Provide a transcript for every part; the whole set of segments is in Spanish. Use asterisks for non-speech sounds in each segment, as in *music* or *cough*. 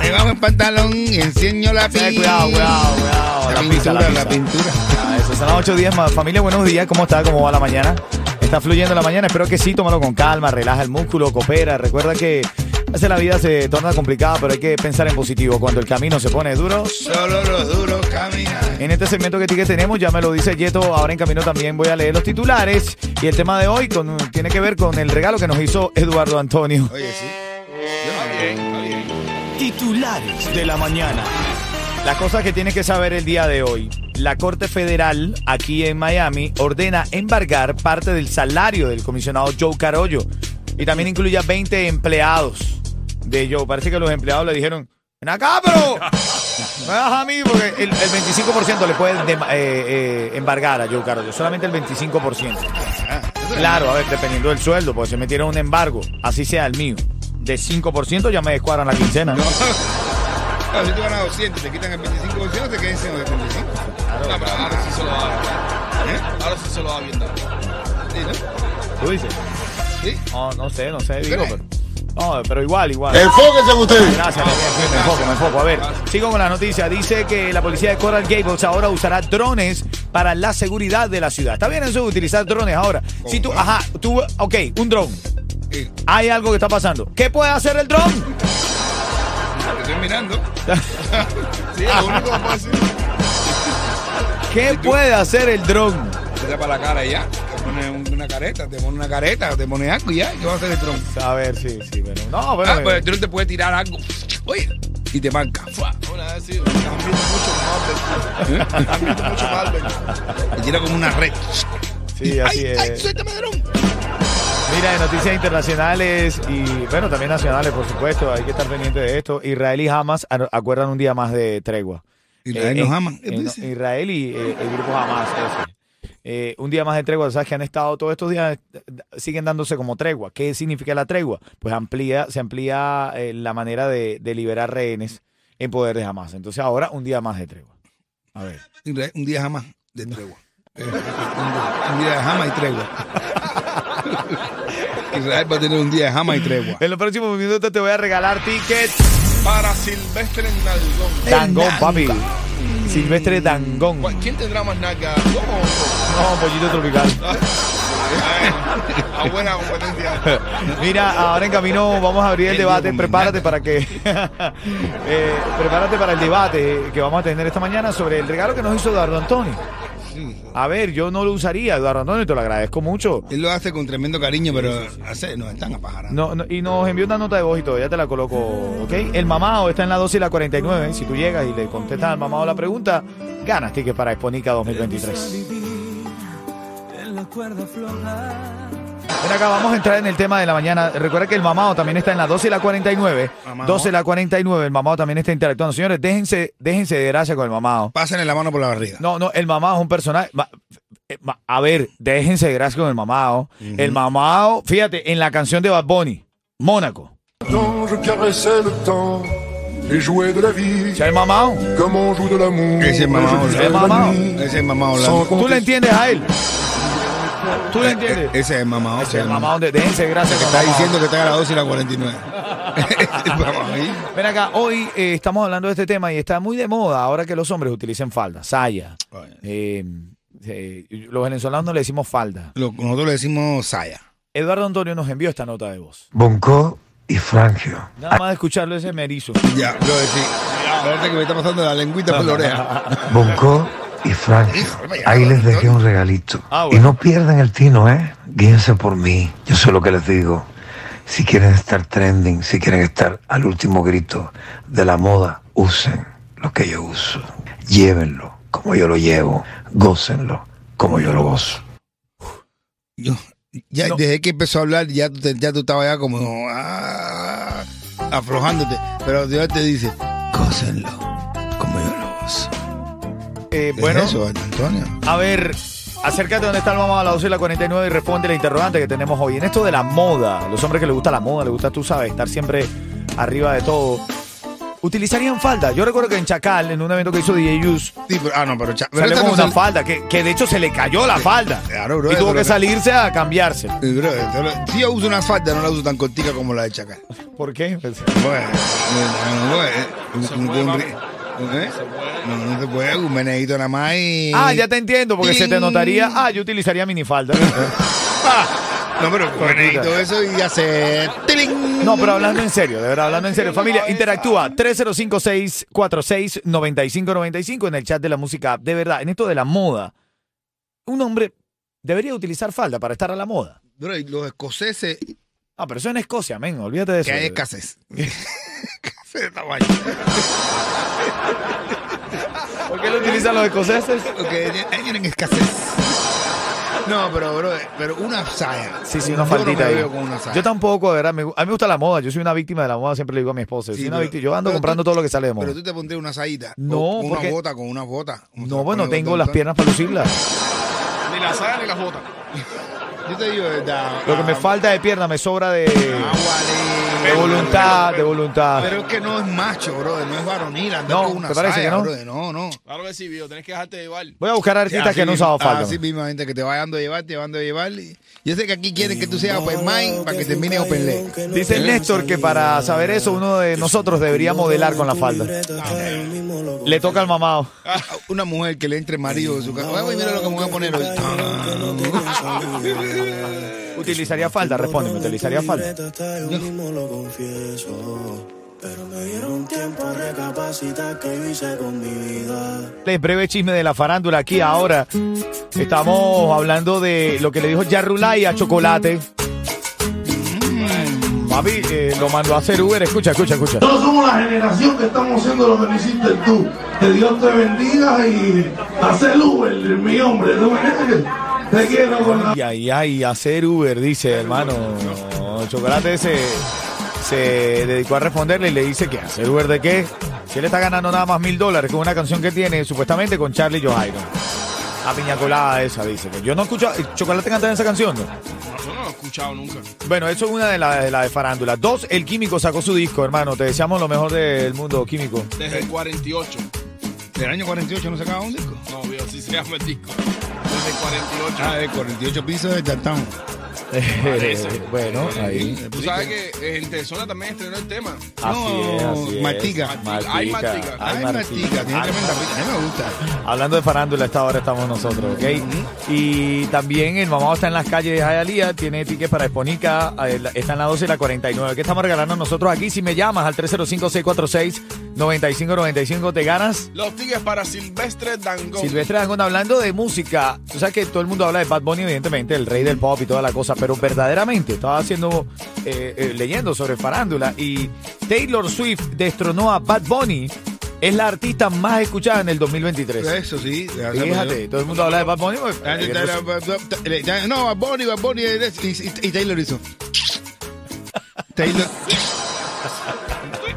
Me bajo el pantalón y enseño la pintura. Cuidado, cuidado, cuidado. Eh, La, pintura, la pintura. Ah, Eso son las 8 días más. Familia, buenos días. ¿Cómo está? ¿Cómo va la mañana? ¿Está fluyendo la mañana? Espero que sí. Tómalo con calma, relaja el músculo, coopera. Recuerda que a veces la vida se torna complicada, pero hay que pensar en positivo. Cuando el camino se pone duro, Solo los duros caminan. En este segmento que, que tenemos, ya me lo dice Yeto, ahora en camino también voy a leer los titulares. Y el tema de hoy con- tiene que ver con el regalo que nos hizo Eduardo Antonio. Oye, sí. Yo no- Titulares de la mañana. Las cosas que tiene que saber el día de hoy. La Corte Federal aquí en Miami ordena embargar parte del salario del comisionado Joe Carollo y también incluye a 20 empleados de Joe. Parece que los empleados le dijeron, ven acá, pero me das a mí porque el, el 25% le pueden dem- eh, eh, embargar a Joe Carollo, solamente el 25%. Claro, a ver, dependiendo del sueldo, pues se metieron un embargo, así sea el mío. De 5% ya me descuadran la quincena. No. Claro, si tú ganas 200 y te quitan el 25%, te quedas sin los 75. No, pero ahora sí se lo va a ¿Eh? Ahora sí se lo va a Vietnam. Sí, ¿no? ¿Tú dices? Sí. No, no sé, no sé, digo, ¿Crees? pero. No, pero igual, igual. Enfóquense ustedes. Gracias, me enfoco, me enfoco, me enfoco. A ver, sigo con la noticia. Dice que la policía de Coral Gables ahora usará drones para la seguridad de la ciudad. Está bien eso de utilizar drones ahora. Si tú, ajá, tú, ok, un dron. Sí. Hay algo que está pasando. ¿Qué puede hacer el dron? Te estoy mirando. sí, lo único que puedo hacer ¿Qué puede hacer el dron? es te para la cara y ya. Te pone un- una careta, te pone una careta, te pone algo y ya. ¿Qué va a hacer el tron? A ver, sí, sí, pero. No, pero. Ah, pues el tron te puede tirar algo. Oye, y te manca. Fua. Una vez sí, han visto mucho Marvel. Han visto mucho *laughs* Marvel. Te tira como una red. sí, así ay, es. ay, suéltame dron. Mira, de noticias internacionales y, bueno, también nacionales, por supuesto, hay que estar pendiente de esto. Israel y Hamas a- acuerdan un día más de tregua. Israel y Hamas, ¿qué eh, tú no, dices? Israel y eh, el grupo Hamas, ese. Eh, un día más de tregua, sabes que han estado todos estos días, eh, siguen dándose como tregua. ¿Qué significa la tregua? Pues amplía, se amplía eh, la manera de, de liberar rehenes en poder de Hamas. Entonces ahora un día más de tregua. A ver. Israel, un día jamás de tregua. Eh, un día de jamás y tregua. Israel va a tener un día de jamás y tregua. En los próximos minutos te voy a regalar tickets. Para Silvestre Nalgón. Dangón, papi. Silvestre Dangón. ¿Cuál- ¿Quién tendrá más nalga? ¿Yo o yo? No, pollito tropical. *laughs* A buena competencia. Mira, ahora en camino vamos a abrir el Qué lío debate. con mi Prepárate nalga. para que. *laughs* eh, prepárate para el debate que vamos a tener esta mañana sobre el regalo que nos hizo Eduardo Antonio. A ver, yo no lo usaría, Eduardo Antonio, te lo agradezco mucho. Él lo hace con tremendo cariño, pero hace, nos están apajarando. No, no, y nos envió una nota de voz y todo, ya te la coloco, ¿ok? El mamado está en la 12 y la 49. Si tú llegas y le contestas al mamado la pregunta, ganas tickets para Exponica 2023. Ven acá, vamos a entrar en el tema de la mañana. Recuerda que el mamado también está en la 12 y la 49. Mamao. 12 y la 49, el mamado también está interactuando. Señores, déjense, déjense de gracia con el mamado. Pásenle la mano por la barriga. No, no, el mamado es un personaje. ma- eh, ma- A ver, déjense de gracia con el mamado. El mamado, fíjate, en la canción de Bad Bunny, Mónaco. Quand je caressais le temps, les jouets de la vie, ¿Ya el mamado? comme on joue de l'amour. Ese es mamá je hablando. vivais la mamá. nuit, Ese es mamá sans hablando. ¿Tú le compter entiendes a él? ¿Tú le E- entiendes? Ese es mamá. El mamado, de- déjense de gracia con el Está mamado. diciendo que está a la 12 y la *laughs* 49. Vamos ahí. Ven acá, hoy eh, estamos hablando de este tema y está muy de moda ahora que los hombres utilicen falda, saya. Oye. Eh, eh, los venezolanos no le decimos falda. Lo- Nosotros le decimos saya. Eduardo Antonio nos envió esta nota de voz. Bonco y Frangio. Nada más de escucharlo ese merizo. Ya, lo decimos. Ahorita que me está pasando la lengüita por la oreja. Bonco y Frankie, ahí les dejé un regalito. Ah, bueno. Y no pierdan el tino, ¿eh? Guíense por mí. Yo sé lo que les digo. Si quieren estar trending, si quieren estar al último grito de la moda, usen lo que yo uso. Llévenlo como yo lo llevo. Gócenlo como yo lo gozo. Yo- ya No. desde que empezó a hablar, ya, tú te- ya tú estabas ya como ah, aflojándote. Pero Dios te dice, cósenlo como yo lo uso. Eh, ¿Qué bueno, es eso, Antonio? a ver, acércate donde está el mamá a la 12 y la 49 y responde la interrogante que tenemos hoy. En esto de la moda, los hombres que les gusta la moda, les gusta, tú sabes, estar siempre arriba de todo. ¿Utilizarían falda? Yo recuerdo que en Chacal, en un evento que hizo DJ Yus, Sí, pero- ah, no, pero, cha- pero salió esta con una no sal- falda, que, que de hecho se le cayó la falda. Claro, bro, y tuvo pero- que salirse a cambiarse. Sí, bro, esto lo- si yo uso una falda, no la uso tan cortica como la de Chacal. ¿Por qué? Pues- Bueno, no, no, eh, un- Se un- puede, un- mami. ¿eh? No, no se puede, un meneíto nada más y... Ah, ya te entiendo, porque se te Ting. notaría. Ah, yo utilizaría *laughs* minifalda. No, pero un meneíto eso y hace... ¡tiling! No, pero hablando en serio, de verdad, hablando en serio. Familia, interactúa 3056469595 en el chat de la música. app. De verdad, en esto de la moda, un hombre debería utilizar falda para estar a la moda. Bro, y los escoceses, Ah, pero eso en Escocia, men, olvídate de eso. que hay escasez. *laughs* escasez de tamaño. ¿Por qué lo utilizan los escoceses? Porque ahí tienen escasez. No, pero, bro, pero una saya. Sí, sí, una Yo no faldita me ahí. veo con una saya. Yo tampoco, de verdad, me gu- a mí me gusta la moda. Yo soy una víctima de la moda, siempre le digo a mi esposa. Sí, soy una pero- víctima. Yo ando pero comprando tú- todo lo que sale de moda. Pero tú te pondrías una sayita. No, o una porque- bota con una bota. como te No, la bueno, pone tengo Don las Antonio. piernas para lucirlas. Ni la sala ni la jota. Yo te digo, de verdad. Lo que me ah, falta de pierna me sobra de, Agua de de. voluntad, de voluntad. Pero es que no es macho, bro. No es varonil. Andar No, con una ¿te parece saya, que no? brother, No, no. Claro que sí, viejo. Tenés que dejarte llevar. Voy a buscar artistas Así que no mismo- usaban falda. Así man. mismo, gente, que te va dando a llevar, te va dando a llevar. y- Yo sé que aquí quieren que tú seas open mind para que termine open leg. Dice Néstor que para saber eso uno de nosotros debería modelar con la falda. Le toca al mamado. Ah, Una mujer que le entre marido en su casa. Ay, mira lo que me voy a poner hoy. Ah. Utilizaría falda, responde, utilizaría falda. Yo mismo lo confieso. Pero me dieron tiempo a recapacitar que yo hice con mi vida. El breve chisme de la farándula aquí ahora. Estamos hablando de lo que le dijo Yarrulay a Chocolate. Papi, eh, lo mandó a hacer Uber. Escucha, escucha, escucha. Nosotros somos la generación que estamos haciendo lo que no hiciste tú. Que Dios te bendiga y hacer Uber, mi hombre. ¿no? Te quiero con la... Ay, ay, ay, hacer Uber, dice hermano. Chocolate se, se dedicó a responderle y le dice que hacer Uber de qué. Si él está ganando nada más mil dólares con una canción que tiene supuestamente con Charlie Johairo. La piña colada esa, dice. que Yo no escucho. ¿Chocolate cantaba esa canción? no? No, yo no lo he escuchado nunca. Bueno, eso es una de las de, la de farándula. Dos, El Químico sacó su disco, hermano. Te deseamos lo mejor del mundo, Químico. Desde el 48. Eh. Del año 48 no sacaba un disco. No, viejo, sí se llama el disco. Desde el 48. Ah, de 48 pisos de downtown. *laughs* bueno, ahí. Tú sabes que eh, en Tesona también estrenó el tema. Así es, así es. Matica. Ay, Matica. Ay, Martica, tiene Ay, tremenda pinta. A mí me gusta. Hablando de farándula, a esta hora estamos nosotros, ¿ok? Y también el mamado está en las calles de Jayalía, tiene tickets para Exponica, eh, la- está en la 12 y la 49. ¿Qué estamos regalando nosotros aquí? Si me llamas al 305-646-9595, te ganas. Los Tigres para Silvestre Dangón. Silvestre Dangond, hablando de música, tú sabes que todo el mundo habla de Bad Bunny, evidentemente, el rey del pop y toda la cosa, pero verdaderamente estaba haciendo, eh, eh, leyendo sobre farándula y Taylor Swift destronó a Bad Bunny, es la artista más escuchada en el 2023. Eso Ah, sí. ya se Fíjate, todo el mundo habla de Bad Bunny. pues, Ah, eh, ta- no sé. ta- ta- ta- ta- No, a Bonnie, a Bonnie. eh, Y, y- y Taylor hizo. *laughs* Taylor.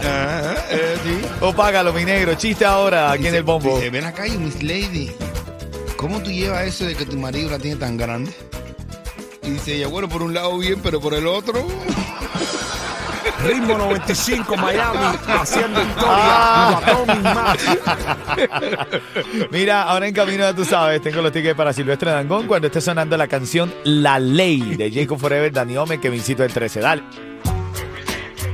Ajá, eh, sí. O oh, págalo, mi negro. Chiste ahora aquí en el bombo. Dice, ven acá, y Miss Lady. ¿Cómo tú llevas eso de que tu marido la tiene tan grande? Y dice ella, bueno, por un lado bien, pero por el otro. Ritmo 95 Miami haciendo Ah. historia. Mató mi madre. *laughs* Mira, ahora en camino ya tú sabes, tengo los tickets para Silvestre Dangón cuando esté sonando la canción La Ley de Jacob Forever, Dani Ome, que visito el 13. Dale.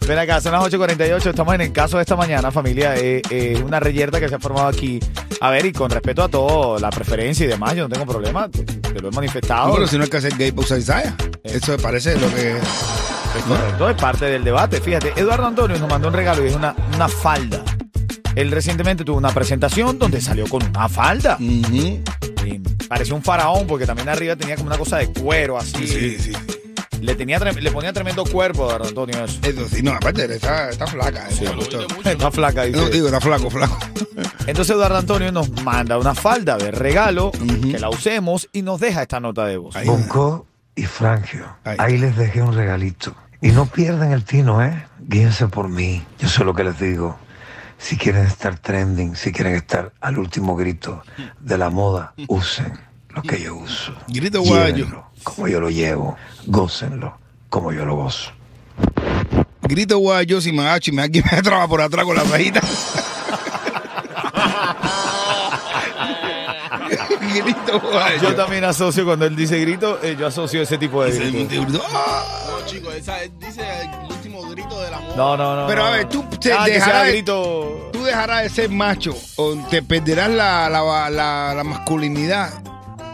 Ven acá, son las 8.48, estamos en el caso de esta mañana, familia. eh, eh, una reyerta que se ha formado aquí. A ver, y con respeto a todo, la preferencia y demás, yo no tengo problema, te, te lo he manifestado. No, pero si no hay que hacer gay por Saizaya. Eso me parece lo que. Es correcto, es parte del debate. Fíjate, Eduardo Antonio nos mandó un regalo y es una, una falda. Él recientemente tuvo una presentación donde salió con una falda. Mm. Y parecía un faraón porque también arriba tenía como una cosa de cuero así. Sí, sí. Le, tenía, trem- le ponía tremendo cuerpo a Antonio eso. Eso sí, no, aparte está, está flaca. eso me gustó. Está flaca. dice. No, digo, era flaco, flaco. Entonces Eduardo Antonio nos manda una falda de regalo, que la usemos y nos deja esta nota de voz. Bonco y Frangio. Ahí. Ahí les dejé un regalito. Y no pierdan el tino, ¿eh? Guíense por mí. Yo sé lo que les digo. Si quieren estar trending, si quieren estar al último grito de la moda, usen lo que yo uso. Grito guayo. Llévenlo como yo lo llevo. Gócenlo como yo lo gozo. Grito guayo si me agacho y me *laughs* aquí me traba por atrás con la fajita. *laughs* Grito guayo. Yo también asocio cuando él dice grito, eh, yo asocio ese tipo de Se me grito. tiró. ¡Ah! No, chicos, esa es- dice el último grito del amor. No, no, no. Pero a no, ver, no. tú te Ah, que sea dejarás- grito. Tú dejarás de ser macho o te perderás la, la- la- la masculinidad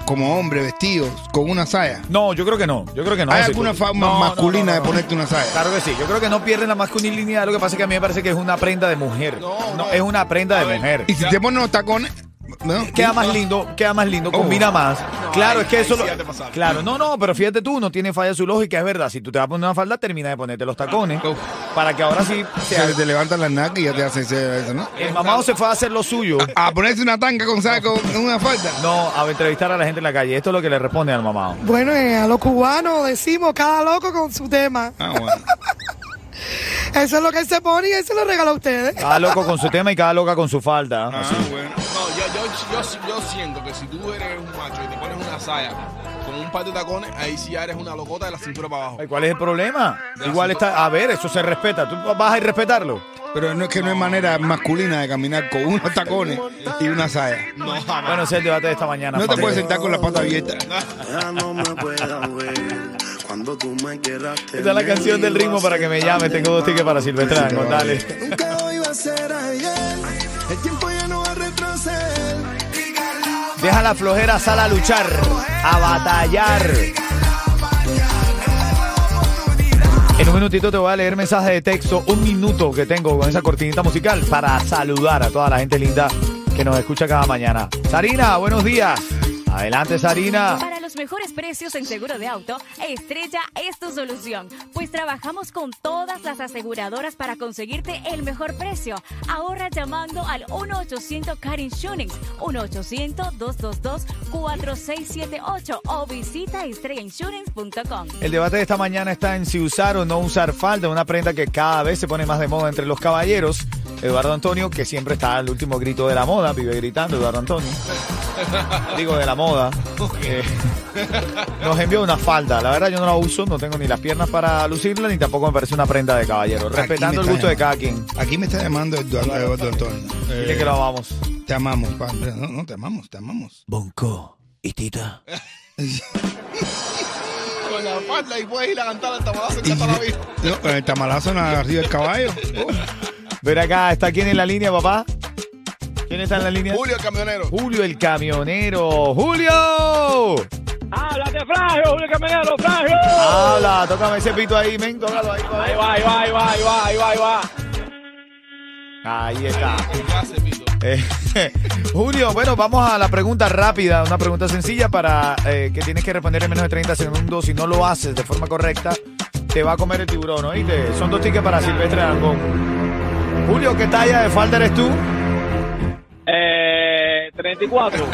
como hombre vestido con una saya. No, yo creo que no. Yo creo que no. ¿Hay sí. alguna forma No, no, masculina no, no, de no. ponerte una saya? Claro que sí, yo creo que no pierden la masculinidad, lo que pasa es que a mí me parece que es una prenda de mujer. No, No, no. es una prenda de mujer. Y si te pones unos tacones, ¿no? Queda más lindo, queda más Oh. lindo, combina más. claro, ahí- es que ahí eso sí lo- ya te pasaste. Claro, no, no, pero fíjate tú, no tiene falla su lógica, es verdad. Si tú te vas a poner una falda, termina de ponerte los tacones Uf. para que ahora *laughs* sí sea- Se te levantan las nacas y ya te hacen ese- eso, ¿no? el mamado se fue a hacer lo suyo. A ponerse una tanga con saco, una falda. No, a entrevistar a la gente en la calle. Esto es lo que le responde al mamado. Bueno, eh, a los cubanos decimos cada loco con su tema. Ah, bueno. Eso es lo que él se pone y él se lo regala a ustedes. Cada loco con su tema y cada loca con su falda. Ah, bueno. No, yo, yo, yo, yo siento que si tú eres un macho y te pones una saya con un par de tacones, ahí sí ya eres una locota de la cintura para abajo. Ay, ¿Cuál es el problema? Igual está. A ver, eso se respeta. Tú vas a ir respetarlo. Pero no es que no hay manera masculina de caminar con unos tacones y una saya. No, jamás. Bueno, ese es el debate de esta mañana. No te familia. puedes sentar con la pata *laughs* abierta. Ya no me puedo ver. Cuando tú me quieras Esta es la tener, canción del iba ritmo a para ser que me llames. tan Tengo dos tickets para Silvestrán. Sí, Dale. Que nunca hoy va a ser ayer. El tiempo ya no va a retroceder. Deja la flojera, sal a luchar, a batallar. En un minutito te voy a leer mensaje de texto, un minuto que tengo con esa cortinita musical para saludar a toda la gente linda que nos escucha cada mañana. Sarina, buenos días. Adelante, Sarina. Para los mejores precios en seguro de auto, Estrella es tu solución, pues trabajamos con todas las aseguradoras para conseguirte el mejor precio. Ahorra llamando al 1-800 Car Insurance, 1-800-222-4678 o visita estrellainsurance.com. El debate de esta mañana está en si usar o no usar falda, una prenda que cada vez se pone más de moda entre los caballeros. Eduardo Antonio, que siempre está al último grito de la moda, vive gritando Eduardo *laughs* Antonio. Digo, de la moda. Eh, nos envió una falda. La verdad yo no la uso, no tengo ni las piernas para lucirla, ni tampoco me parece una prenda de caballero. Aquí Respetando me el gusto está de cada quien. Aquí me está llamando el doctor Antonio. Dile que lo amamos. Te amamos, padre. No, no, te amamos, te amamos. Bonco y Tita. Con la falda y puedes ir a cantar hasta más cerca toda la vida. No, el tamalazo en la- arriba del caballo. *laughs* Oh. Ver acá, ¿está quién en la línea, papá? ¿Quién está en la línea? Julio el camionero. Julio el camionero. ¡Julio! Háblate, Frangio, Julio Caminero, Frangio. Habla, tócame ese pito ahí, men, tócalo ahí. tócalo ahí. Ahí va, ahí va, ahí va, ahí va, ahí va, ahí va. Ahí está. Ya se pito. Eh, *laughs* Julio, bueno, vamos a la pregunta rápida, una pregunta sencilla para eh, que tienes que responder en menos de 30 segundos. Si no lo haces de forma correcta, te va a comer el tiburón, ¿oíste? Son dos tickets para Silvestre Aragón. Julio, ¿qué talla de falda eres tú? Eh, 34.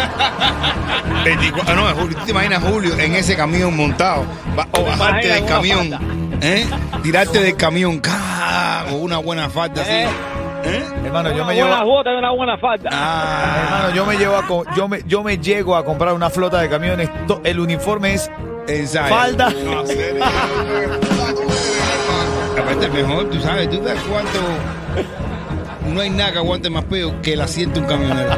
24, ah, no, Julio, ¿tú te imaginas Julio en ese camión montado? Va- o bajarte imaginas del una camión. falda? ¿eh? Tirarte del camión. ¡ca! Con una buena falda así. Eh. ¿eh? Hermano, yo una me llevo. buena jota y una buena falda. Ah, Hermano, yo me llevo a co- yo me, yo me llego a comprar una flota de camiones. To- El uniforme es esa es. falda. *laughs* No, serio. Aparte, mejor, tú sabes, tú sabes cuánto. No hay nada que aguante más peo que el asiento de un camionero.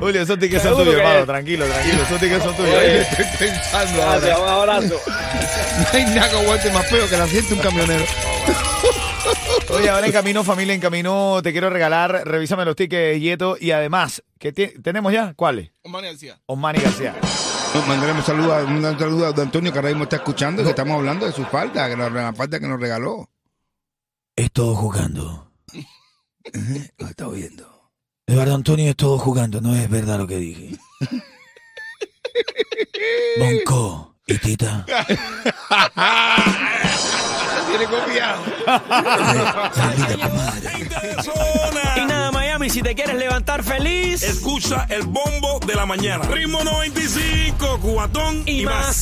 Julio, esos tickets son Seguro tuyos, que hermano. es. Tranquilo, tranquilo. Esos tickets son tuyos. Oye. *laughs* Estoy pensando Eh. Gracias, ahora. un abrazo. No hay nada que aguante más peo que el asiento de un camionero. Oye, ahora en camino, familia, en camino, te quiero regalar, revísame los tickets, Yeto, y además, ¿qué ti- tenemos ya? ¿Cuáles? Manny García. Osmani García. Nos mandaremos saludos a, un saludo a don Antonio que ahora mismo está escuchando, que estamos hablando de su falda, que la, la falda que nos regaló. Es todo jugando. Lo está oyendo. Eduardo Antonio es todo jugando, no es verdad lo que *laughs* dije. Bonco y Tita. Tiene copiado. Y nada, Miami, si te quieres levantar feliz, escucha el bombo de la mañana. Ritmo 95, cubatón y, más.